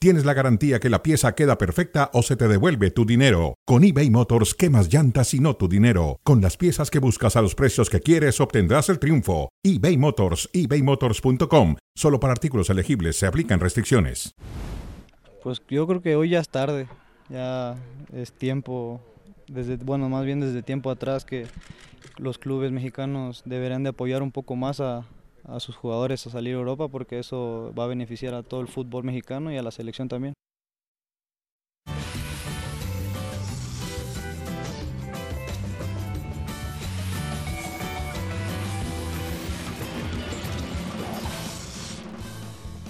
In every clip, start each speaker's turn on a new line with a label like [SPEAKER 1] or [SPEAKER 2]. [SPEAKER 1] tienes la garantía que la pieza queda perfecta o se te devuelve tu dinero. Con eBay Motors, quemas llantas y no tu dinero. Con las piezas que buscas a los precios que quieres, obtendrás el triunfo. eBay Motors, ebaymotors.com. Solo para artículos elegibles se aplican restricciones.
[SPEAKER 2] Pues yo creo que hoy ya es tarde. Ya es tiempo, desde, bueno, más bien desde tiempo atrás que los clubes mexicanos deberían de apoyar un poco más a, a sus jugadores a salir a Europa porque eso va a beneficiar a todo el fútbol mexicano y a la selección también.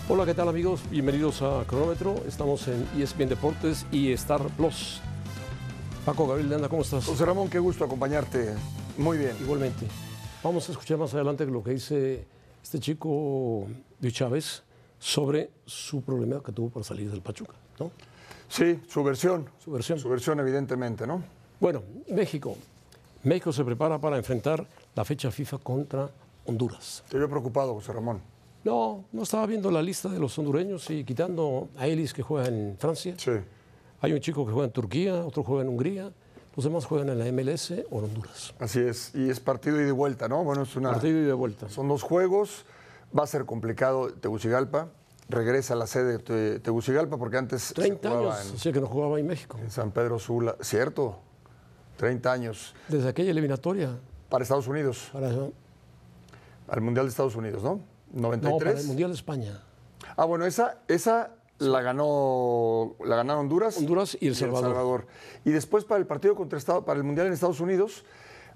[SPEAKER 3] Hola, ¿qué tal amigos? Bienvenidos a Cronómetro. Estamos en E ESPN Deportes y Star Plus. Paco Gabriel de Anda, ¿cómo estás?
[SPEAKER 4] José Ramón, qué gusto acompañarte. Muy bien.
[SPEAKER 3] Igualmente. Vamos a escuchar más adelante lo que dice este chico de Chávez sobre su problema que tuvo para salir del Pachuca, ¿no?
[SPEAKER 4] Sí, su versión.
[SPEAKER 3] Su versión.
[SPEAKER 4] Su versión, evidentemente, ¿no?
[SPEAKER 3] Bueno, México. México se prepara para enfrentar la fecha FIFA contra Honduras.
[SPEAKER 4] Te veo preocupado, José Ramón.
[SPEAKER 3] No, no estaba viendo la lista de los hondureños y quitando a Ellis que juega en Francia.
[SPEAKER 4] Sí.
[SPEAKER 3] Hay un chico que juega en Turquía, otro juega en Hungría. Los demás juegan en la MLS o en Honduras.
[SPEAKER 4] Así es, y es partido y de vuelta, ¿no? Bueno, es una...
[SPEAKER 3] Partido y de vuelta.
[SPEAKER 4] Son dos juegos, va a ser complicado Tegucigalpa, regresa a la sede de Tegucigalpa porque antes
[SPEAKER 3] 30 se años, en, o sea que no jugaba en México.
[SPEAKER 4] En San Pedro Sula, cierto, 30 años.
[SPEAKER 3] Desde aquella eliminatoria.
[SPEAKER 4] Para Estados Unidos.
[SPEAKER 3] Para
[SPEAKER 4] Al Mundial de Estados Unidos, ¿no? 93.
[SPEAKER 3] No, para el Mundial de España.
[SPEAKER 4] Ah, bueno, esa, esa la ganó la ganaron Honduras
[SPEAKER 3] Honduras y El Salvador.
[SPEAKER 4] y el Salvador. Y después para el partido contra Estado, para el Mundial en Estados Unidos,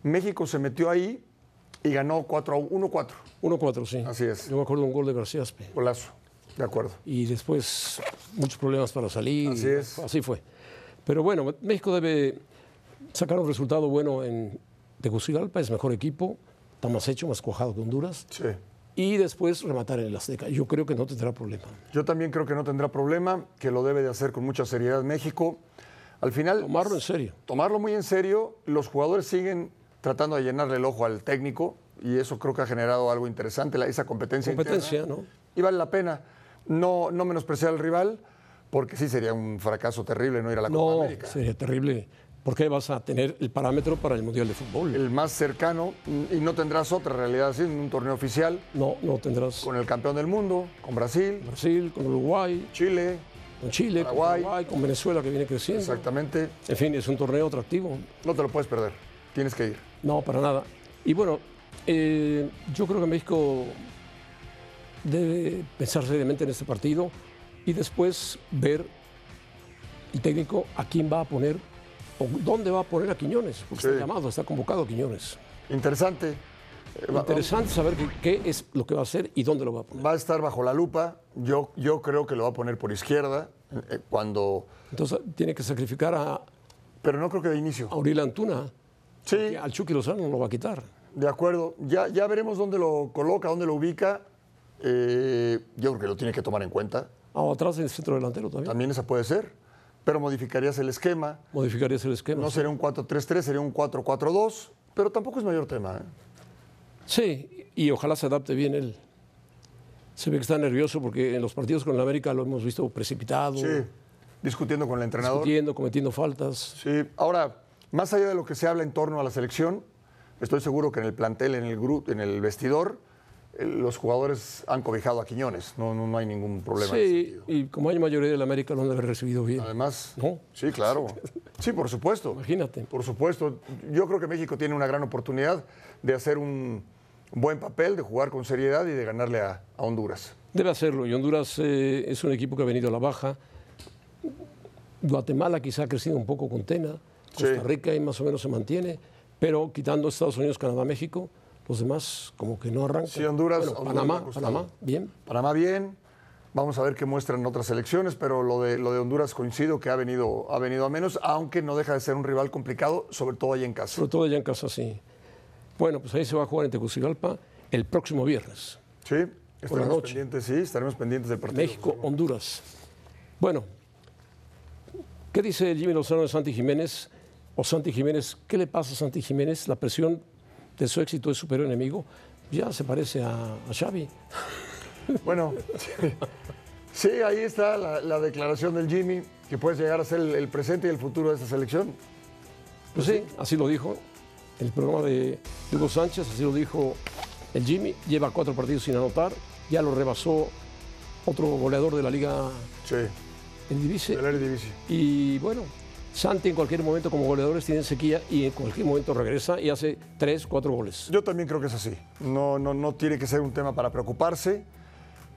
[SPEAKER 4] México se metió ahí y ganó 4 1-4.
[SPEAKER 3] 1-4, sí.
[SPEAKER 4] Así es.
[SPEAKER 3] Yo me acuerdo de un gol de García Aspe.
[SPEAKER 4] Golazo. De acuerdo.
[SPEAKER 3] Y después muchos problemas para salir.
[SPEAKER 4] Así es.
[SPEAKER 3] Así fue. Pero bueno, México debe sacar un resultado bueno en Tegucigalpa, es mejor equipo, está más hecho, más cuajado que Honduras.
[SPEAKER 4] Sí
[SPEAKER 3] y después rematar en el Azteca. Yo creo que no tendrá problema.
[SPEAKER 4] Yo también creo que no tendrá problema, que lo debe de hacer con mucha seriedad México. Al final...
[SPEAKER 3] Tomarlo en serio.
[SPEAKER 4] Tomarlo muy en serio. Los jugadores siguen tratando de llenarle el ojo al técnico y eso creo que ha generado algo interesante, la, esa competencia.
[SPEAKER 3] Competencia, interna. ¿no?
[SPEAKER 4] Y vale la pena no, no menospreciar al rival, porque sí sería un fracaso terrible no ir a la
[SPEAKER 3] no,
[SPEAKER 4] Copa América.
[SPEAKER 3] Sería terrible porque vas a tener el parámetro para el Mundial de Fútbol.
[SPEAKER 4] El más cercano, y no tendrás otra realidad así en un torneo oficial.
[SPEAKER 3] No, no tendrás.
[SPEAKER 4] Con el campeón del mundo, con Brasil.
[SPEAKER 3] Brasil, con Uruguay.
[SPEAKER 4] Chile.
[SPEAKER 3] Con Chile,
[SPEAKER 4] Paraguay,
[SPEAKER 3] con Uruguay, con Venezuela que viene creciendo.
[SPEAKER 4] Exactamente.
[SPEAKER 3] En fin, es un torneo atractivo.
[SPEAKER 4] No te lo puedes perder, tienes que ir.
[SPEAKER 3] No, para nada. Y bueno, eh, yo creo que México debe pensar seriamente en este partido y después ver el técnico a quién va a poner o dónde va a poner a Quiñones, porque sí. está llamado, está convocado a Quiñones.
[SPEAKER 4] Interesante.
[SPEAKER 3] Interesante saber qué, qué, es lo que va a hacer y dónde lo va a poner.
[SPEAKER 4] Va a estar bajo la lupa, yo, yo creo que lo va a poner por izquierda, eh, cuando...
[SPEAKER 3] Entonces tiene que sacrificar a...
[SPEAKER 4] Pero no creo que de inicio.
[SPEAKER 3] A Uriel Antuna.
[SPEAKER 4] Sí.
[SPEAKER 3] Al Chucky Lozano no lo va a quitar.
[SPEAKER 4] De acuerdo, ya, ya veremos dónde lo coloca, dónde lo ubica. Eh, yo creo que lo tiene que tomar en cuenta.
[SPEAKER 3] Ah, atrás el centro delantero también.
[SPEAKER 4] También esa puede ser pero modificarías el esquema.
[SPEAKER 3] Modificarías el esquema.
[SPEAKER 4] No sería un 4-3-3, sería un 4-4-2, pero tampoco es mayor tema. ¿eh?
[SPEAKER 3] Sí, y ojalá se adapte bien él. Se ve que está nervioso porque en los partidos con la América lo hemos visto precipitado.
[SPEAKER 4] Sí, discutiendo con el entrenador.
[SPEAKER 3] Discutiendo, cometiendo faltas.
[SPEAKER 4] Sí, ahora, más allá de lo que se habla en torno a la selección, estoy seguro que en el plantel, en el, en el vestidor, eh, los jugadores han cobijado a Quiñones, no, no, no hay ningún problema.
[SPEAKER 3] Sí, y como hay mayoría de la América lo han recibido bien.
[SPEAKER 4] Además,
[SPEAKER 3] ¿no?
[SPEAKER 4] sí, claro. Sí, por supuesto.
[SPEAKER 3] Imagínate.
[SPEAKER 4] Por supuesto. Yo creo que México tiene una gran oportunidad de hacer un buen papel, de jugar con seriedad y de ganarle a, a Honduras.
[SPEAKER 3] Debe hacerlo, y Honduras eh, es un equipo que ha venido a la baja. Guatemala quizá ha crecido un poco con Tena, Costa Rica ahí más o menos se mantiene, pero quitando Estados Unidos, Canadá, México, los demás como que no arrancan.
[SPEAKER 4] Sí, Honduras,
[SPEAKER 3] bueno,
[SPEAKER 4] Honduras
[SPEAKER 3] Panamá, Panamá, bien.
[SPEAKER 4] Panamá bien. Vamos a ver qué muestran otras elecciones, pero lo de, lo de Honduras coincido que ha venido, ha venido a menos, aunque no deja de ser un rival complicado, sobre todo allá en casa.
[SPEAKER 3] Sobre todo allá en casa, sí. Bueno, pues ahí se va a jugar en Tegucigalpa el próximo viernes.
[SPEAKER 4] Sí.
[SPEAKER 3] por la
[SPEAKER 4] Estaremos
[SPEAKER 3] noche.
[SPEAKER 4] pendientes, sí, estaremos pendientes del partido.
[SPEAKER 3] México-Honduras. Bueno, ¿qué dice Jimmy Lozano de Santi Jiménez? O Santi Jiménez, ¿qué le pasa a Santi Jiménez? La presión de su éxito es su peor enemigo. Ya se parece a, a Xavi.
[SPEAKER 4] Bueno, sí. sí, ahí está la, la declaración del Jimmy, que puede llegar a ser el, el presente y el futuro de esta selección.
[SPEAKER 3] Pues sí, así lo dijo el programa de Hugo Sánchez, así lo dijo el Jimmy. Lleva cuatro partidos sin anotar, ya lo rebasó otro goleador de la Liga
[SPEAKER 4] Sí,
[SPEAKER 3] en Divise.
[SPEAKER 4] del Eredivisie.
[SPEAKER 3] Y bueno, Santi en cualquier momento como goleadores tiene sequía y en cualquier momento regresa y hace tres, cuatro goles.
[SPEAKER 4] Yo también creo que es así. No, no, no tiene que ser un tema para preocuparse.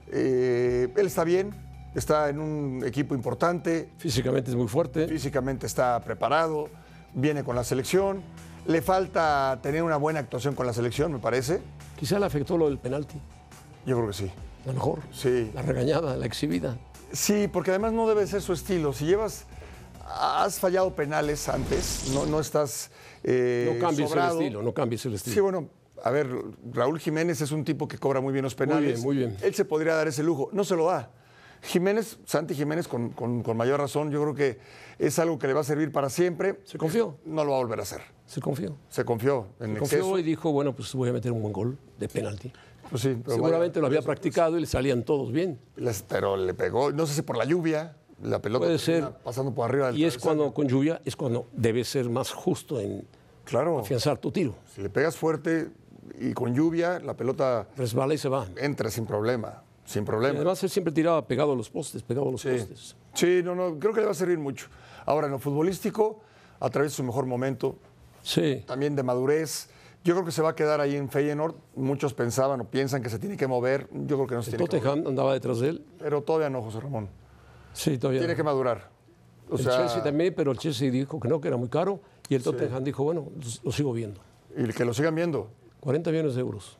[SPEAKER 4] Eh, él está bien, está en un equipo importante,
[SPEAKER 3] Físicamente es muy fuerte.
[SPEAKER 4] físicamente está preparado, viene con la selección. Le falta tener una buena actuación con la selección, me parece.
[SPEAKER 3] Quizá le afectó lo del penalti,
[SPEAKER 4] Yo creo que sí.
[SPEAKER 3] a lo mejor.
[SPEAKER 4] Sí.
[SPEAKER 3] La regañada, la exhibida.
[SPEAKER 4] Sí, porque además no debe ser su estilo. Si llevas, has fallado penales antes, no, no estás eh,
[SPEAKER 3] No cambies
[SPEAKER 4] sobrado.
[SPEAKER 3] el estilo, no cambies el estilo.
[SPEAKER 4] Sí, bueno, a ver, Raúl Jiménez es un tipo que cobra muy bien los penales.
[SPEAKER 3] bien, muy bien.
[SPEAKER 4] Él se podría dar ese lujo, no se lo da. Jiménez, Santi Jiménez, con, con- con mayor razón, yo creo que es algo que le va a servir para siempre.
[SPEAKER 3] Se confió,
[SPEAKER 4] No lo va a volver a hacer.
[SPEAKER 3] se confió.
[SPEAKER 4] Se confió en
[SPEAKER 3] Se
[SPEAKER 4] exceso.
[SPEAKER 3] confió y dijo, bueno, pues voy a meter un buen gol de penalti.
[SPEAKER 4] Pues sí, pero
[SPEAKER 3] Seguramente lo había practicado y le salían todos bien.
[SPEAKER 4] vaya, les- pero le pegó, no sé si por la lluvia, la pelota
[SPEAKER 3] Puede
[SPEAKER 4] termina
[SPEAKER 3] ser.
[SPEAKER 4] pasando por arriba del
[SPEAKER 3] Y es
[SPEAKER 4] travesaño.
[SPEAKER 3] cuando con lluvia es cuando debes ser más justo en
[SPEAKER 4] Claro.
[SPEAKER 3] afianzar tu tiro.
[SPEAKER 4] Si le pegas fuerte y con lluvia, la pelota
[SPEAKER 3] Resbala y se va.
[SPEAKER 4] entra sin problema. Sin
[SPEAKER 3] Y
[SPEAKER 4] problema.
[SPEAKER 3] Además, él siempre tiraba pegado a los postes, pegado a los postes.
[SPEAKER 4] Sí, no, no, creo que le va a servir mucho. Ahora, en lo futbolístico, a través de su mejor momento,
[SPEAKER 3] Sí.
[SPEAKER 4] también de madurez, yo creo que se va a quedar ahí en Feyenoord. Muchos pensaban o piensan que se tiene que mover. Yo creo que no se tiene que mover.
[SPEAKER 3] Tottenham andaba detrás de él.
[SPEAKER 4] Pero todavía no, José Ramón.
[SPEAKER 3] Sí, todavía.
[SPEAKER 4] Tiene que madurar. O
[SPEAKER 3] el
[SPEAKER 4] sea,
[SPEAKER 3] Chelsea también, pero el Chelsea dijo que no, que era muy caro. Y el Tottenham dijo, bueno, lo, lo sigo viendo.
[SPEAKER 4] y que lo sigan viendo.
[SPEAKER 3] 40 millones de euros.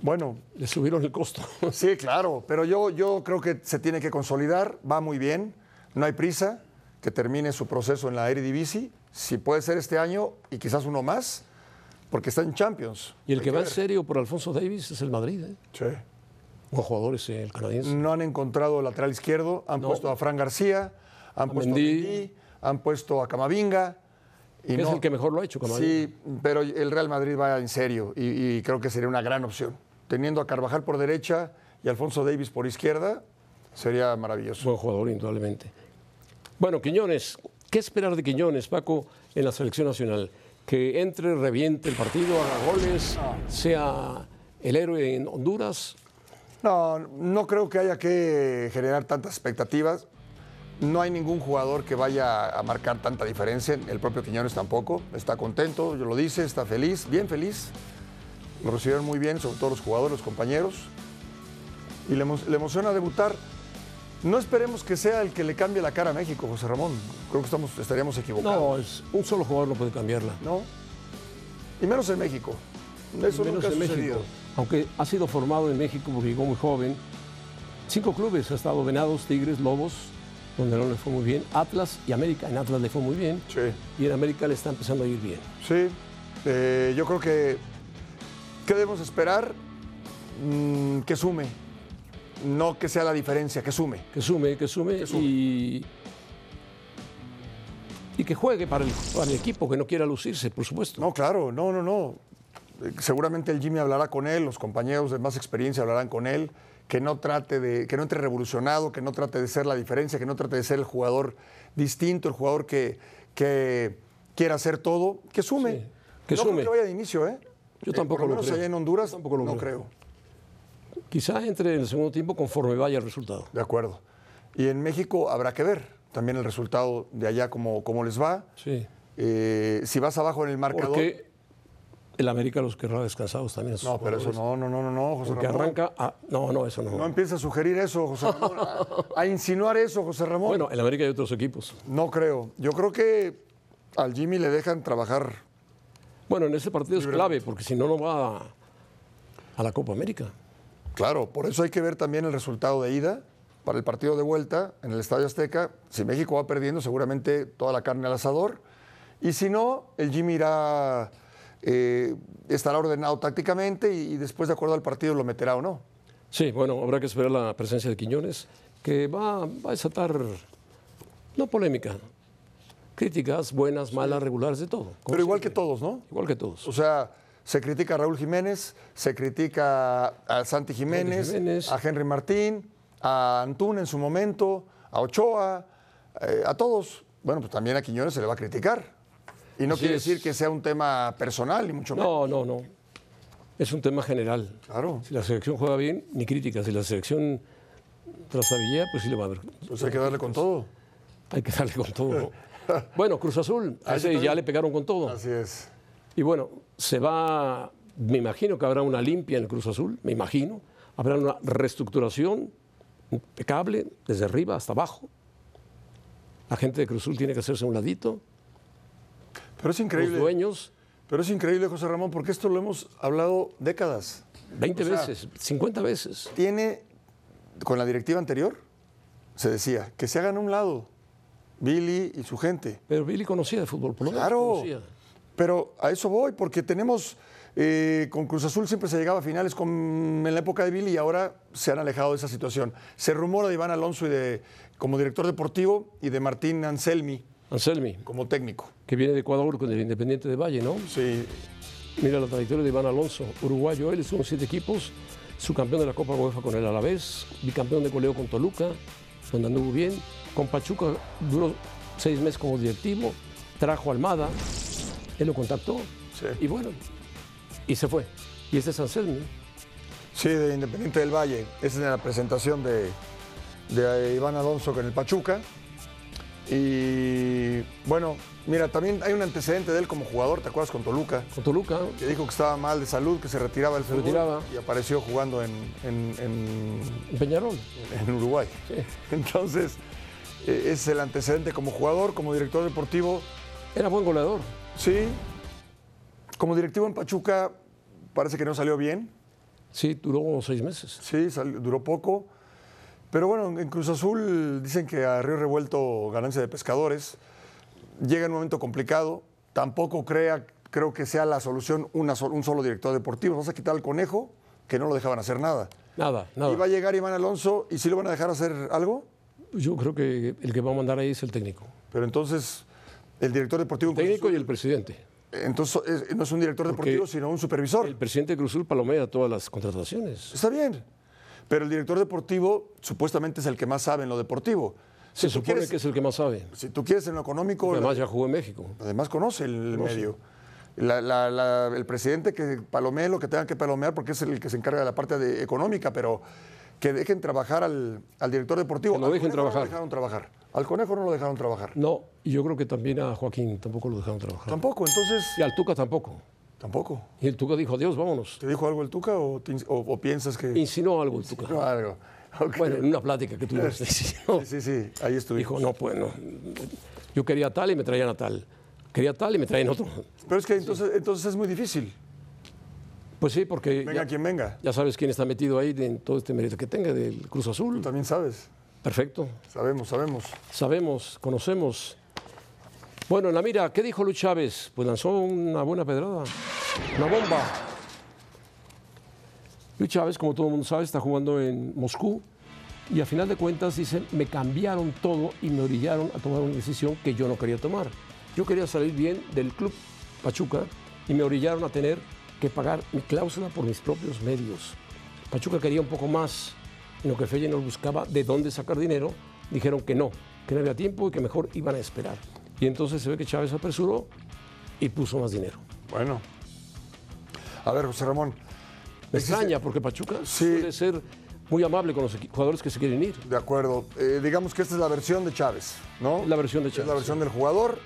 [SPEAKER 4] Bueno,
[SPEAKER 3] Le subieron el costo.
[SPEAKER 4] Sí, claro, pero yo, yo creo que se tiene que consolidar, va muy bien, no hay prisa, que termine su proceso en la Eredivisie, si puede ser este año y quizás uno más, porque está en Champions.
[SPEAKER 3] y el que va en serio por Alfonso Davis es el Madrid. ¿eh? Buen jugador es el canadiense.
[SPEAKER 4] No han encontrado lateral izquierdo, han
[SPEAKER 3] No.
[SPEAKER 4] puesto a Fran García, han puesto
[SPEAKER 3] Mendy.
[SPEAKER 4] a Mendy, han puesto a Camavinga. Y
[SPEAKER 3] Que es
[SPEAKER 4] no-
[SPEAKER 3] el que mejor lo ha hecho, Camavinga.
[SPEAKER 4] Sí, pero el Real Madrid va en serio y, y creo que sería una gran opción. Teniendo a Carvajal por derecha y Alfonso Davis por izquierda, sería maravilloso.
[SPEAKER 3] Buen jugador, indudablemente. Bueno, Quiñones, ¿qué esperar de Quiñones, Paco, en la selección nacional? Que entre, reviente el partido, haga goles,
[SPEAKER 4] Ah.
[SPEAKER 3] sea el héroe en Honduras.
[SPEAKER 4] No, no creo que haya que generar tantas expectativas. No hay ningún jugador que vaya a marcar tanta diferencia. El propio Quiñones tampoco. Está contento, yo lo dice, está feliz, bien feliz. Lo recibieron muy bien, sobre todo los jugadores, los compañeros. Y le, emo- le emociona debutar. No esperemos que sea el que le cambie la cara a México, José Ramón. Creo que estamos, estaríamos equivocados.
[SPEAKER 3] No, es un solo jugador no puede cambiarla.
[SPEAKER 4] No. Y menos en México. Eso
[SPEAKER 3] Menos
[SPEAKER 4] nunca ha
[SPEAKER 3] en
[SPEAKER 4] sucedido.
[SPEAKER 3] México. Aunque ha sido formado en México porque llegó muy joven. Cinco clubes ha estado Venados, Tigres, Lobos, donde no le fue muy bien. Atlas y América. En Atlas le fue muy bien.
[SPEAKER 4] Sí.
[SPEAKER 3] Y en América le está empezando a ir bien.
[SPEAKER 4] Sí, eh, yo creo que ¿qué debemos esperar? Mm, que sume, no que sea la diferencia, que sume.
[SPEAKER 3] Que sume, que sume,
[SPEAKER 4] sume.
[SPEAKER 3] Y, y que juegue para el, para el equipo, que no quiera lucirse, por supuesto.
[SPEAKER 4] No, claro, no, no, no. Eh, Seguramente el Jimmy hablará con él, los compañeros de más experiencia hablarán con él, que no trate de, que no entre revolucionado, que no trate de ser la diferencia, que no trate de ser el jugador distinto, el jugador que, que quiera hacer todo, que sume.
[SPEAKER 3] Sí, que
[SPEAKER 4] no creo
[SPEAKER 3] sume.
[SPEAKER 4] que vaya de inicio, ¿eh?
[SPEAKER 3] Yo
[SPEAKER 4] Eh,
[SPEAKER 3] tampoco
[SPEAKER 4] por
[SPEAKER 3] lo
[SPEAKER 4] menos
[SPEAKER 3] creo.
[SPEAKER 4] allá en Honduras,
[SPEAKER 3] Tampoco lo
[SPEAKER 4] no
[SPEAKER 3] creo.
[SPEAKER 4] creo.
[SPEAKER 3] Quizá entre en el segundo tiempo conforme vaya el resultado.
[SPEAKER 4] De acuerdo. Y en México habrá que ver también el resultado de allá, cómo, cómo les va.
[SPEAKER 3] Sí.
[SPEAKER 4] Eh, si vas abajo en el marcador.
[SPEAKER 3] Porque el América los querrá descansados también. a sus
[SPEAKER 4] No, pero eso
[SPEAKER 3] jugadores.
[SPEAKER 4] no, no, no, no, no, José
[SPEAKER 3] Porque
[SPEAKER 4] Ramón.
[SPEAKER 3] arranca. a- no, no, eso no.
[SPEAKER 4] No empieza a sugerir eso, José Ramón. A, a insinuar eso, José Ramón.
[SPEAKER 3] bueno, en América hay otros equipos.
[SPEAKER 4] No creo. Yo creo que al Jimmy le dejan trabajar.
[SPEAKER 3] Bueno, en ese partido es clave, porque si no, no va a, a la Copa América.
[SPEAKER 4] Claro, por eso hay que ver también el resultado de ida para el partido de vuelta en el Estadio Azteca. Si México va perdiendo, seguramente toda la carne al asador. Y si no, el Jimmy irá eh, estará ordenado tácticamente y, y después, de acuerdo al partido, lo meterá o no.
[SPEAKER 3] Sí, bueno, habrá que esperar la presencia de Quiñones, que va, va a desatar, no polémica, críticas buenas, malas, regulares, de todo. como
[SPEAKER 4] Pero igual que
[SPEAKER 3] siempre.
[SPEAKER 4] todos, ¿no?
[SPEAKER 3] Igual que todos.
[SPEAKER 4] O sea, se critica a Raúl Jiménez, se critica a Santi Jiménez,
[SPEAKER 3] Jiménez.
[SPEAKER 4] a Henry Martín, a Antún en su momento, a Ochoa, eh, a todos. Bueno, pues también a Quiñones se le va a criticar. Y no
[SPEAKER 3] Así
[SPEAKER 4] quiere
[SPEAKER 3] es.
[SPEAKER 4] decir que sea un tema personal, ni mucho menos.
[SPEAKER 3] No, no, no. Es un tema general.
[SPEAKER 4] Claro.
[SPEAKER 3] Si la selección juega bien, ni críticas. Si la selección trastabillea, pues sí le va a haber.
[SPEAKER 4] Pues hay que darle con todo.
[SPEAKER 3] Hay que darle con todo. ¿no? Bueno, Cruz Azul, a
[SPEAKER 4] Ahí
[SPEAKER 3] ese
[SPEAKER 4] está.
[SPEAKER 3] ya le pegaron con todo.
[SPEAKER 4] Así es.
[SPEAKER 3] Y bueno, se va, me imagino que habrá una limpia en el Cruz Azul, me imagino. Habrá una reestructuración impecable desde arriba hasta abajo. La gente de Cruz Azul tiene que hacerse a un ladito.
[SPEAKER 4] Pero es
[SPEAKER 3] Los
[SPEAKER 4] increíble.
[SPEAKER 3] dueños,
[SPEAKER 4] Pero es increíble, José Ramón, porque esto lo hemos hablado décadas.
[SPEAKER 3] 20
[SPEAKER 4] O sea,
[SPEAKER 3] veces, 50 veces.
[SPEAKER 4] tiene, con la directiva anterior, se decía, que se hagan a un lado, Billy y su gente.
[SPEAKER 3] Pero Billy conocía de fútbol, por lo menos
[SPEAKER 4] Claro,
[SPEAKER 3] conocía.
[SPEAKER 4] pero a eso voy, porque tenemos, eh, con Cruz Azul siempre se llegaba a finales con, en la época de Billy y ahora se han alejado de esa situación. Se rumora de Iván Alonso y de, como director deportivo y de Martín Anselmi
[SPEAKER 3] Anselmi,
[SPEAKER 4] como técnico.
[SPEAKER 3] que viene de Ecuador con el Independiente de Valle, ¿no?
[SPEAKER 4] Sí,
[SPEAKER 3] Mira la trayectoria de Iván Alonso, uruguayo, él estuvo en siete equipos, subcampeón de la Copa UEFA con el Alavés, bicampeón de goleo con Toluca, donde anduvo bien, con Pachuca duró seis meses como directivo, trajo a Almada, él lo contactó,
[SPEAKER 4] Sí.
[SPEAKER 3] y bueno, y se fue. Y este es Anselmi,
[SPEAKER 4] sí, de Independiente del Valle. Esa es la presentación de, de eh, Iván Alonso con el Pachuca. Y bueno, mira, también hay un antecedente de él como jugador, ¿te acuerdas con Toluca?
[SPEAKER 3] con Toluca,
[SPEAKER 4] que dijo que estaba mal de salud, que se retiraba del fútbol
[SPEAKER 3] retiraba.
[SPEAKER 4] y apareció jugando en, en- en-
[SPEAKER 3] en Peñarol.
[SPEAKER 4] en Uruguay.
[SPEAKER 3] Sí.
[SPEAKER 4] Entonces, eh, ese es el antecedente como jugador, como director deportivo,
[SPEAKER 3] Era buen goleador,
[SPEAKER 4] sí. Como directivo en Pachuca parece que no salió bien,
[SPEAKER 3] sí, duró seis meses.
[SPEAKER 4] sí, salió- duró poco. Pero bueno, en Cruz Azul dicen que a Río Revuelto ganancia de pescadores. Llega un momento complicado. Tampoco crea, creo que sea la solución una sol- un solo director deportivo. Vas a quitar al conejo, que no lo dejaban hacer nada.
[SPEAKER 3] Nada, nada.
[SPEAKER 4] Y va a llegar Iván Alonso y si lo van a dejar hacer algo,
[SPEAKER 3] Yo creo que el que va a mandar ahí es el técnico.
[SPEAKER 4] pero entonces el director deportivo.
[SPEAKER 3] El técnico y el presidente.
[SPEAKER 4] Entonces es- no es un director deportivo, sino un supervisor.
[SPEAKER 3] El presidente de Cruzul palomea todas las contrataciones.
[SPEAKER 4] Está bien. Pero el director deportivo supuestamente es el que más sabe en lo deportivo.
[SPEAKER 3] Se
[SPEAKER 4] tú
[SPEAKER 3] supone
[SPEAKER 4] quieres-
[SPEAKER 3] que es el que más sabe.
[SPEAKER 4] Si tú quieres en lo económico, la-
[SPEAKER 3] Además ya jugó en México.
[SPEAKER 4] además conoce el medio. La- la- la- el presidente que palomee lo que tenga que palomear porque es el que se encarga de la parte de- económica, pero que dejen trabajar al, al director deportivo.
[SPEAKER 3] Que lo
[SPEAKER 4] Al
[SPEAKER 3] dejen
[SPEAKER 4] Conejo no
[SPEAKER 3] trabajar.
[SPEAKER 4] dejaron trabajar. Al conejo no lo dejaron trabajar.
[SPEAKER 3] No, y yo creo que también a Joaquín tampoco lo dejaron trabajar.
[SPEAKER 4] Tampoco, entonces.
[SPEAKER 3] Y al Tuca tampoco.
[SPEAKER 4] Tampoco.
[SPEAKER 3] Y el Tuca dijo, adiós, vámonos.
[SPEAKER 4] ¿Te dijo algo el Tuca o, te ins- o- o piensas que.?
[SPEAKER 3] Insinuó algo el Tuca.
[SPEAKER 4] No, algo. Ok.
[SPEAKER 3] Bueno, en una plática que tuvimos. insinuó.
[SPEAKER 4] Sí, sí, sí, ahí estuvimos.
[SPEAKER 3] Dijo, no, pues no. Yo quería tal y me traían a tal. Quería tal y me traían otro.
[SPEAKER 4] Pero es que entonces, entonces es muy difícil.
[SPEAKER 3] Pues sí, porque
[SPEAKER 4] Venga
[SPEAKER 3] ya,
[SPEAKER 4] quien venga.
[SPEAKER 3] ya sabes quién está metido ahí en todo este mérito que tenga del Cruz Azul.
[SPEAKER 4] Tú también sabes.
[SPEAKER 3] Perfecto.
[SPEAKER 4] Sabemos, sabemos.
[SPEAKER 3] sabemos, conocemos. Bueno, en la mira, ¿qué dijo Luis Chávez? Pues lanzó una buena pedrada, una bomba. Luis Chávez, como todo el mundo sabe, está jugando en Moscú y a final de cuentas dice, me cambiaron todo y me orillaron a tomar una decisión que yo no quería tomar. Yo quería salir bien del club Pachuca y me orillaron a tener que pagar mi cláusula por mis propios medios. Pachuca quería un poco más, en lo que Feyenoord buscaba de dónde sacar dinero, dijeron que no, que no había tiempo y que mejor iban a esperar. Y entonces se ve que Chávez apresuró y puso más dinero.
[SPEAKER 4] Bueno. A ver, José Ramón,
[SPEAKER 3] Me extraña porque Pachuca
[SPEAKER 4] Sí.
[SPEAKER 3] suele ser muy amable con los equi- jugadores que se quieren ir.
[SPEAKER 4] de acuerdo. Eh, digamos que esta es la versión de Chávez, ¿no?
[SPEAKER 3] Es la versión de Chávez,
[SPEAKER 4] Es la versión del jugador.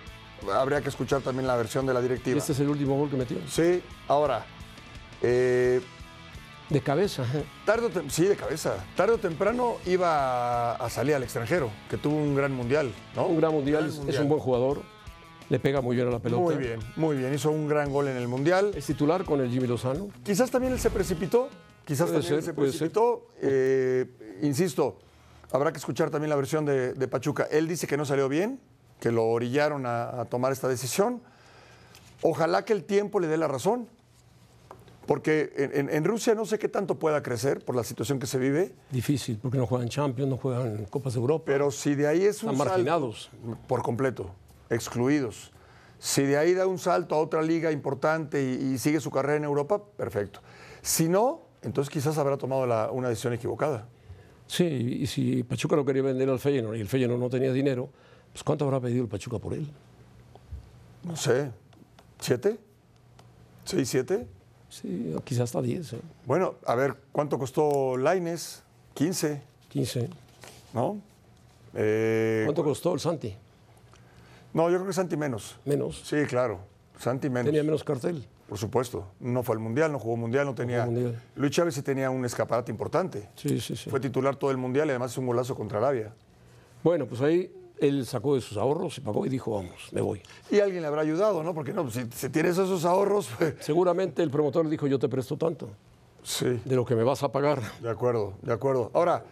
[SPEAKER 4] Habría que escuchar también la versión de la directiva.
[SPEAKER 3] Este es el último gol que metió.
[SPEAKER 4] Sí, ahora. eh,
[SPEAKER 3] De cabeza.
[SPEAKER 4] Tarde o tem- sí, de cabeza. Tarde o temprano iba a salir al extranjero, que tuvo un gran mundial, ¿no?
[SPEAKER 3] Un gran mundial, es- es
[SPEAKER 4] mundial.
[SPEAKER 3] un buen ¿eh? jugador. Le pega muy bien a la pelota.
[SPEAKER 4] Muy bien, muy bien. Hizo un gran gol en el mundial.
[SPEAKER 3] Es titular con el Jimmy Lozano.
[SPEAKER 4] Quizás también él se precipitó. Quizás
[SPEAKER 3] Puede
[SPEAKER 4] también
[SPEAKER 3] ser,
[SPEAKER 4] él se
[SPEAKER 3] puede ser.
[SPEAKER 4] precipitó. Eh, insisto, habrá que escuchar también la versión de, de Pachuca. Él dice que no salió bien, que lo orillaron a, a tomar esta decisión. Ojalá que el tiempo le dé la razón. Porque en, en- en Rusia no sé qué tanto pueda crecer por la situación que se vive,
[SPEAKER 3] Difícil, porque no juegan Champions, no juegan Copas de Europa.
[SPEAKER 4] pero si de ahí es un
[SPEAKER 3] Están
[SPEAKER 4] salto-
[SPEAKER 3] marginados.
[SPEAKER 4] por completo, excluidos. Si de ahí da un salto a otra liga importante y, y sigue su carrera en Europa, perfecto. Si no, entonces quizás habrá tomado la- una decisión equivocada.
[SPEAKER 3] Sí, y si Pachuca lo quería vender al Feyenoord y el Feyenoord no tenía dinero, pues ¿cuánto habrá pedido el Pachuca por él?
[SPEAKER 4] No sé, ¿siete? ¿Seis, siete?
[SPEAKER 3] Sí, quizás hasta 10, ¿eh?
[SPEAKER 4] Bueno, a ver, ¿cuánto costó Laines? 15,
[SPEAKER 3] 15.
[SPEAKER 4] ¿no? Eh,
[SPEAKER 3] ¿Cuánto costó el Santi?
[SPEAKER 4] No, yo creo que Santi menos.
[SPEAKER 3] Menos.
[SPEAKER 4] Sí, claro. Santi menos.
[SPEAKER 3] Tenía menos cartel.
[SPEAKER 4] Por supuesto. No fue al Mundial, no jugó Mundial, no tenía...
[SPEAKER 3] Mundial.
[SPEAKER 4] Luis Chávez sí tenía un escaparate importante.
[SPEAKER 3] Sí, sí, sí.
[SPEAKER 4] Fue titular todo el Mundial y además hizo un golazo contra Arabia.
[SPEAKER 3] Bueno, pues ahí él sacó de sus ahorros y pagó y dijo, vamos, me voy.
[SPEAKER 4] Y alguien le habrá ayudado, ¿no? Porque no, si, si tienes esos ahorros... pues,
[SPEAKER 3] Seguramente el promotor le dijo, yo te presto tanto
[SPEAKER 4] sí,
[SPEAKER 3] de lo que me vas a pagar.
[SPEAKER 4] de acuerdo, de acuerdo. Ahora,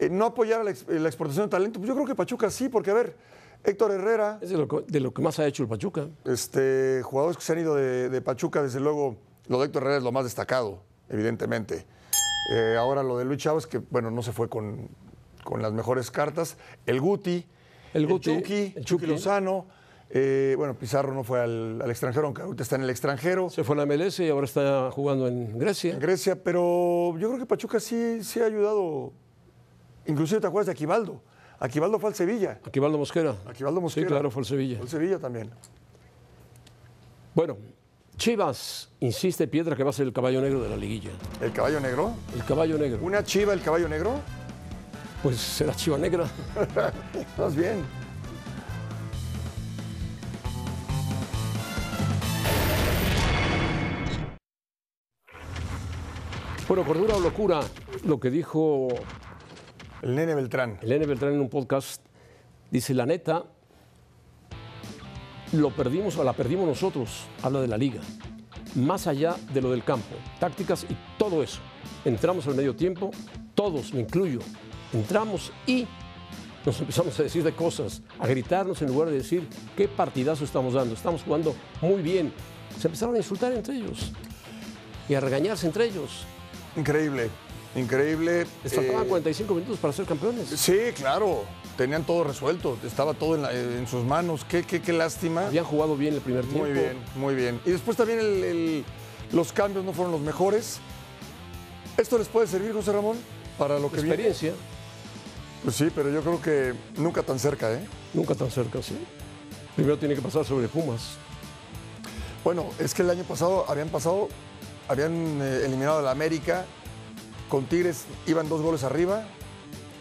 [SPEAKER 4] eh, no apoyar a la, ex- eh, la exportación de talento, pues yo creo que Pachuca sí, porque a ver, Héctor Herrera,
[SPEAKER 3] Es de lo que, de lo que más ha hecho el Pachuca.
[SPEAKER 4] este, jugadores que se han ido de, de Pachuca, desde luego, lo de Héctor Herrera es lo más destacado, evidentemente. Eh, ahora lo de Luis Chávez, que bueno, no se fue con, con las mejores cartas. El Guti,
[SPEAKER 3] El Guti,
[SPEAKER 4] Chucky,
[SPEAKER 3] el
[SPEAKER 4] el Chucky
[SPEAKER 3] Chucky.
[SPEAKER 4] Lozano. eh, bueno, Pizarro no fue al, al extranjero, aunque ahorita está en el extranjero,
[SPEAKER 3] Se fue a la MLS y ahora está jugando en
[SPEAKER 4] en
[SPEAKER 3] Grecia.
[SPEAKER 4] Grecia, pero yo creo que Pachuca sí, sí ha ayudado. Inclusive te acuerdas de Aquivaldo. Aquivaldo fue al Sevilla.
[SPEAKER 3] Aquivaldo Mosquera.
[SPEAKER 4] Aquivaldo Mosquera.
[SPEAKER 3] Sí, claro, fue el Sevilla.
[SPEAKER 4] Fue al Sevilla también.
[SPEAKER 3] Bueno, Chivas insiste Piedra que va a ser el caballo negro de la liguilla.
[SPEAKER 4] El caballo negro.
[SPEAKER 3] El caballo negro.
[SPEAKER 4] Una chiva, el caballo negro.
[SPEAKER 3] Pues será Chiva Negra.
[SPEAKER 4] Estás bien.
[SPEAKER 3] Bueno, cordura o locura, lo que dijo
[SPEAKER 4] El nene Beltrán.
[SPEAKER 3] Elena Beltrán en un podcast, dice, la neta, lo perdimos o la perdimos nosotros, habla de la liga, más allá de lo del campo, tácticas y todo eso. Entramos al medio tiempo, todos, me incluyo, entramos y nos empezamos a decir de cosas, a gritarnos en lugar de decir qué partidazo estamos dando, estamos jugando muy bien. Se empezaron a insultar entre ellos y a regañarse entre ellos.
[SPEAKER 4] Increíble, increíble.
[SPEAKER 3] Les faltaban
[SPEAKER 4] Eh,
[SPEAKER 3] 45 minutos para ser campeones.
[SPEAKER 4] Sí, claro. Tenían todo resuelto. Estaba todo en, la- eh, en sus manos. Qué, qué, qué lástima.
[SPEAKER 3] Habían jugado bien el primer tiempo.
[SPEAKER 4] Muy bien, muy bien. Y después también el- el- los cambios no fueron los mejores. ¿Esto les puede servir, José Ramón? Para lo que viene?
[SPEAKER 3] experiencia,
[SPEAKER 4] Pues sí, pero yo creo que nunca tan cerca, ¿eh?
[SPEAKER 3] nunca tan cerca, sí. Primero tiene que pasar sobre Pumas.
[SPEAKER 4] Bueno, es que el año pasado habían pasado, habían eh, eliminado a la América, con Tigres iban dos goles arriba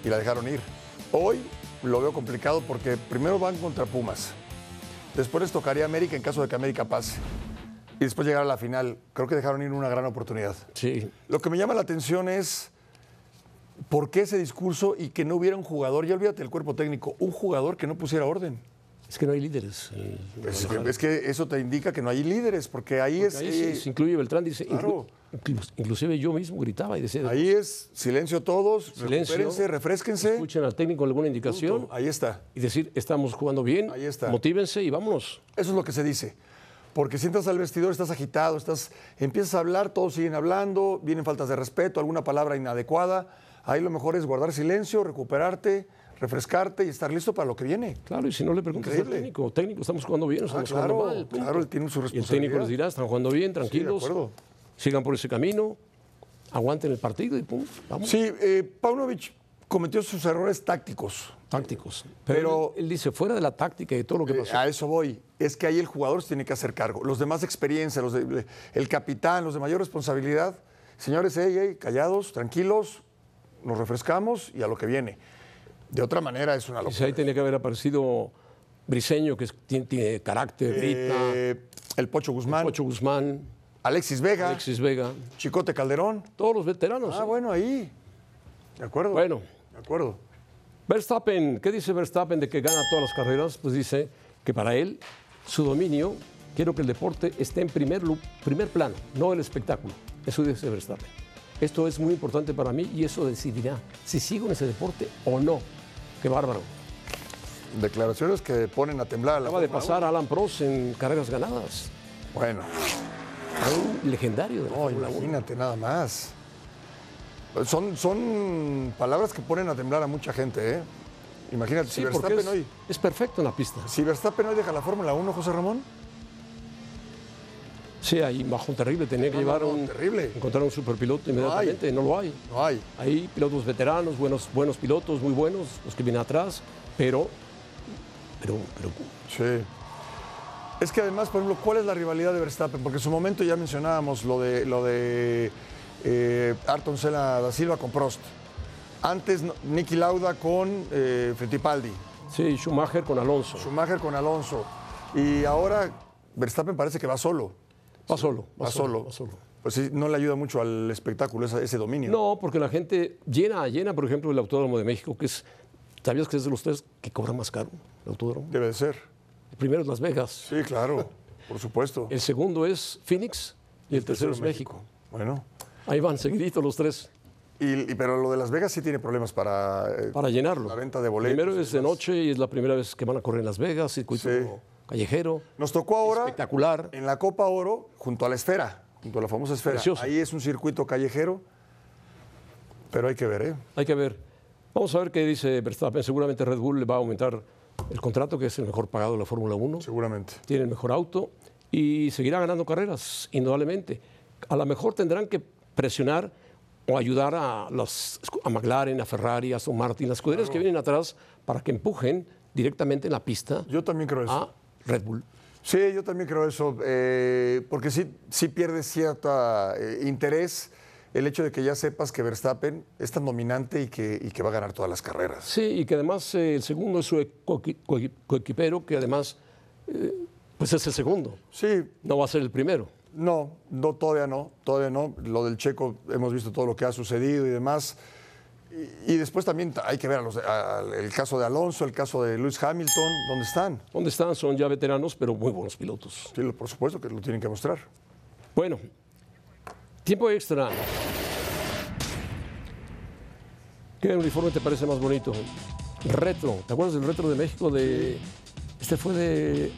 [SPEAKER 4] y la dejaron ir. Hoy lo veo complicado porque primero van contra Pumas, después les tocaría América en caso de que América pase y después llegar a la final. Creo que dejaron ir una gran oportunidad.
[SPEAKER 3] Sí.
[SPEAKER 4] Lo que me llama la atención es por qué ese discurso y que no hubiera un jugador, ya olvídate del cuerpo técnico, un jugador que no pusiera orden.
[SPEAKER 3] Es que no hay líderes. eh,
[SPEAKER 4] Es
[SPEAKER 3] Guadalajara.
[SPEAKER 4] que, es que eso te indica que no hay líderes, porque ahí es...
[SPEAKER 3] Ahí se-
[SPEAKER 4] eh,
[SPEAKER 3] se incluye Beltrán, dice.
[SPEAKER 4] claro.
[SPEAKER 3] inclu- inclusive yo mismo gritaba y decía,
[SPEAKER 4] Ahí es silencio todos,
[SPEAKER 3] Silencio.
[SPEAKER 4] recupérense, refresquense.
[SPEAKER 3] escuchen al técnico alguna indicación
[SPEAKER 4] Punto. Ahí está.
[SPEAKER 3] y decir, estamos jugando bien,
[SPEAKER 4] Ahí está.
[SPEAKER 3] motívense y vámonos.
[SPEAKER 4] Eso es lo que se dice. Porque si entras al vestidor, estás agitado, estás, empiezas a hablar, todos siguen hablando, vienen faltas de respeto, alguna palabra inadecuada. Ahí lo mejor es guardar silencio, recuperarte, refrescarte y estar listo para lo que viene.
[SPEAKER 3] Claro, y si no le preguntas al
[SPEAKER 4] Increíble. Ah,
[SPEAKER 3] técnico, técnico, estamos jugando bien, o estamos
[SPEAKER 4] claro,
[SPEAKER 3] jugando mal. punto.
[SPEAKER 4] claro, él tiene su
[SPEAKER 3] Y el técnico
[SPEAKER 4] responsabilidad.
[SPEAKER 3] les dirá, están jugando bien,
[SPEAKER 4] Sí, de
[SPEAKER 3] tranquilos,
[SPEAKER 4] acuerdo.
[SPEAKER 3] sigan por ese camino, aguanten el partido y pum, vamos.
[SPEAKER 4] Sí, eh, Paunovic cometió sus errores tácticos.
[SPEAKER 3] tácticos. Pero,
[SPEAKER 4] Pero-
[SPEAKER 3] él, él dice, fuera de la táctica y de todo lo que
[SPEAKER 4] Eh,
[SPEAKER 3] pasó.
[SPEAKER 4] a eso voy. Es que ahí el jugador se tiene que hacer cargo. Los de más experiencia, los de- el capitán, los de mayor responsabilidad. Señores, ey, ey, callados, tranquilos, nos refrescamos y a lo que viene. De otra manera es una
[SPEAKER 3] Y si
[SPEAKER 4] locura.
[SPEAKER 3] ahí tenía que haber aparecido Briseño, que es- tiene, tiene carácter, grita,
[SPEAKER 4] Eh, el Pocho Guzmán,
[SPEAKER 3] Pocho Guzmán,
[SPEAKER 4] Alexis Vega,
[SPEAKER 3] Alexis Vega,
[SPEAKER 4] Chicote Calderón.
[SPEAKER 3] todos los veteranos.
[SPEAKER 4] Ah,
[SPEAKER 3] ¿eh?
[SPEAKER 4] bueno, ahí. De acuerdo.
[SPEAKER 3] Bueno.
[SPEAKER 4] De acuerdo.
[SPEAKER 3] Verstappen, ¿qué dice Verstappen de que gana todas las carreras? Pues dice que para él, su dominio, quiero que el deporte esté en primer, lu- primer plano, no el espectáculo. Eso dice Verstappen. Esto es muy importante para mí y eso decidirá si sigo en ese deporte o no. Qué bárbaro.
[SPEAKER 4] Declaraciones que ponen a temblar a la
[SPEAKER 3] Acaba de
[SPEAKER 4] Fórmula
[SPEAKER 3] pasar Alan Prost en carreras ganadas.
[SPEAKER 4] Bueno,
[SPEAKER 3] a un legendario de la
[SPEAKER 4] no,
[SPEAKER 3] Fórmula 1.
[SPEAKER 4] imagínate nada más. Son, son palabras que ponen a temblar a mucha gente, ¿eh? Imagínate,
[SPEAKER 3] Sí,
[SPEAKER 4] si
[SPEAKER 3] porque
[SPEAKER 4] Verstappen,
[SPEAKER 3] es,
[SPEAKER 4] hoy,
[SPEAKER 3] es perfecto en la pista.
[SPEAKER 4] si Verstappen hoy deja la Fórmula 1, José Ramón,
[SPEAKER 3] Sí, ahí bajo un terrible, tenía que
[SPEAKER 4] No, no,
[SPEAKER 3] llevar
[SPEAKER 4] no,
[SPEAKER 3] un,
[SPEAKER 4] terrible.
[SPEAKER 3] encontrar un superpiloto inmediatamente, no, lo hay.
[SPEAKER 4] no hay.
[SPEAKER 3] Hay pilotos veteranos, buenos, buenos pilotos, muy buenos, los que vienen atrás, pero, pero, pero
[SPEAKER 4] Sí. Es que además, por ejemplo, ¿cuál es la rivalidad de Verstappen? Porque en su momento ya mencionábamos lo de, lo de eh, Ayrton Senna da Silva con Prost. Antes, no- Niki Lauda con eh, Fittipaldi.
[SPEAKER 3] sí, Schumacher con Alonso,
[SPEAKER 4] Schumacher con Alonso. Y ahora Verstappen parece que va solo.
[SPEAKER 3] va solo,
[SPEAKER 4] Va, solo.
[SPEAKER 3] va solo.
[SPEAKER 4] Pues sí, no le ayuda mucho al espectáculo esa- ese dominio.
[SPEAKER 3] No, porque la gente llena, llena, por ejemplo, el Autódromo de México, que es, ¿sabías que es de los tres que cobra más caro el Autódromo?
[SPEAKER 4] Debe de ser.
[SPEAKER 3] El primero es Las Vegas,
[SPEAKER 4] Sí, claro. Por supuesto.
[SPEAKER 3] el segundo es Phoenix y el tercero es México.
[SPEAKER 4] Bueno.
[SPEAKER 3] Ahí van seguiditos los tres
[SPEAKER 4] Y, y- pero lo de Las Vegas sí tiene problemas para... eh,
[SPEAKER 3] para llenarlo.
[SPEAKER 4] La venta de boletos
[SPEAKER 3] Primero
[SPEAKER 4] y
[SPEAKER 3] es de
[SPEAKER 4] demás.
[SPEAKER 3] noche y es la primera vez que van a correr en Las Vegas, circuito
[SPEAKER 4] Sí.
[SPEAKER 3] callejero.
[SPEAKER 4] Nos tocó ahora
[SPEAKER 3] Espectacular.
[SPEAKER 4] en la Copa Oro junto a la esfera, junto a la famosa esfera.
[SPEAKER 3] Precioso.
[SPEAKER 4] Ahí es un circuito callejero, pero hay que ver, ¿eh?
[SPEAKER 3] Hay que ver. Vamos a ver qué dice Verstappen. Seguramente Red Bull le va a aumentar el contrato, que es el mejor pagado de la Fórmula 1.
[SPEAKER 4] Seguramente.
[SPEAKER 3] Tiene el mejor auto y seguirá ganando carreras, indudablemente. A lo mejor tendrán que presionar o ayudar a, los, a McLaren, a Ferrari, a Aston Martin, las escuderías que vienen atrás para que empujen directamente en la pista
[SPEAKER 4] Yo también creo eso.
[SPEAKER 3] a Red Bull.
[SPEAKER 4] Sí, yo también creo eso, eh, porque sí, sí pierde cierto eh, interés el hecho de que ya sepas que Verstappen es tan dominante y que, y que va a ganar todas las carreras.
[SPEAKER 3] Sí, y que además eh, el segundo es su e- coequi- coequi- coequipero, que además eh, pues es el segundo,
[SPEAKER 4] Sí,
[SPEAKER 3] no va a ser el primero.
[SPEAKER 4] No, no, todavía no, todavía no. Lo del Checo, hemos visto todo lo que ha sucedido y demás. Y, y después también ta- hay que ver a los de- a- al- el caso de Alonso, el caso de Lewis Hamilton, ¿dónde están?
[SPEAKER 3] ¿Dónde están? Son ya veteranos, pero muy buenos pilotos.
[SPEAKER 4] Sí, lo- por supuesto que lo tienen que mostrar.
[SPEAKER 3] Bueno, tiempo extra. ¿Qué uniforme te parece más bonito? Retro. ¿Te acuerdas del retro de México? De... Este fue de...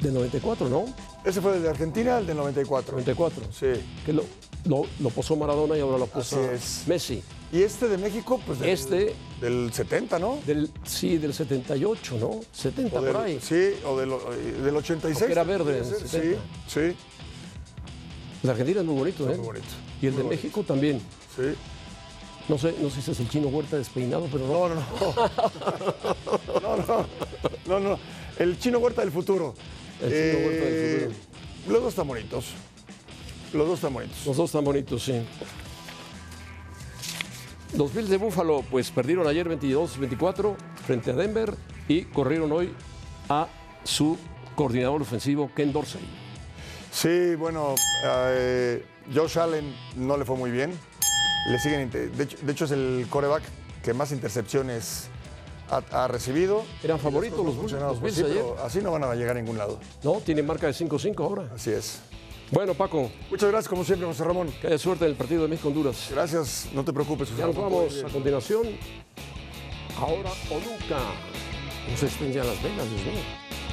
[SPEAKER 3] de 94, ¿no?
[SPEAKER 4] Ese fue el de Argentina, el del 94.
[SPEAKER 3] 94.
[SPEAKER 4] Sí.
[SPEAKER 3] Que lo, lo- lo posó Maradona y ahora lo puso
[SPEAKER 4] Así es.
[SPEAKER 3] Messi.
[SPEAKER 4] Y este de México, pues del,
[SPEAKER 3] Este-
[SPEAKER 4] del 70, ¿no?
[SPEAKER 3] Del, sí, del 78, ¿no? 70
[SPEAKER 4] O
[SPEAKER 3] por ahí.
[SPEAKER 4] del, sí, o del, o- del 86.
[SPEAKER 3] Porque era verde,
[SPEAKER 4] puede ser,
[SPEAKER 3] 70.
[SPEAKER 4] Sí, sí,
[SPEAKER 3] El de Argentina es muy bonito, ¿eh?
[SPEAKER 4] muy bonito.
[SPEAKER 3] Y el de México también.
[SPEAKER 4] sí.
[SPEAKER 3] No sé, no sé si es el chino Huerta despeinado, pero no. No, no,
[SPEAKER 4] No, no, no, no. El chino huerta del futuro. Eh,
[SPEAKER 3] El chino Huerta del futuro.
[SPEAKER 4] Los dos están bonitos. Los dos están bonitos.
[SPEAKER 3] Los dos tan bonitos, sí. Los Bills de Buffalo, pues perdieron ayer 22-24 frente a Denver y corrieron hoy a su coordinador ofensivo, Ken Dorsey.
[SPEAKER 4] Sí, bueno, eh, Josh Allen no le fue muy bien. Le siguen, inte- de hecho, de hecho es el coreback que más intercepciones ha, ha recibido.
[SPEAKER 3] Eran favoritos
[SPEAKER 4] Estos no
[SPEAKER 3] los Bills,
[SPEAKER 4] funcionaron,
[SPEAKER 3] los
[SPEAKER 4] pues
[SPEAKER 3] Bills
[SPEAKER 4] sí,
[SPEAKER 3] ayer.
[SPEAKER 4] pero así no van a llegar a ningún lado.
[SPEAKER 3] No, tienen marca de 5-5 ahora.
[SPEAKER 4] Así es.
[SPEAKER 3] Bueno, Paco,
[SPEAKER 4] Muchas gracias, como siempre, José Ramón.
[SPEAKER 3] que haya suerte en el partido de México-Honduras.
[SPEAKER 4] Gracias, no te preocupes. José
[SPEAKER 3] Ya nos
[SPEAKER 4] Ramón.
[SPEAKER 3] vamos a continuación. Ahora o nunca. No se estén ya las velas, Dios mío.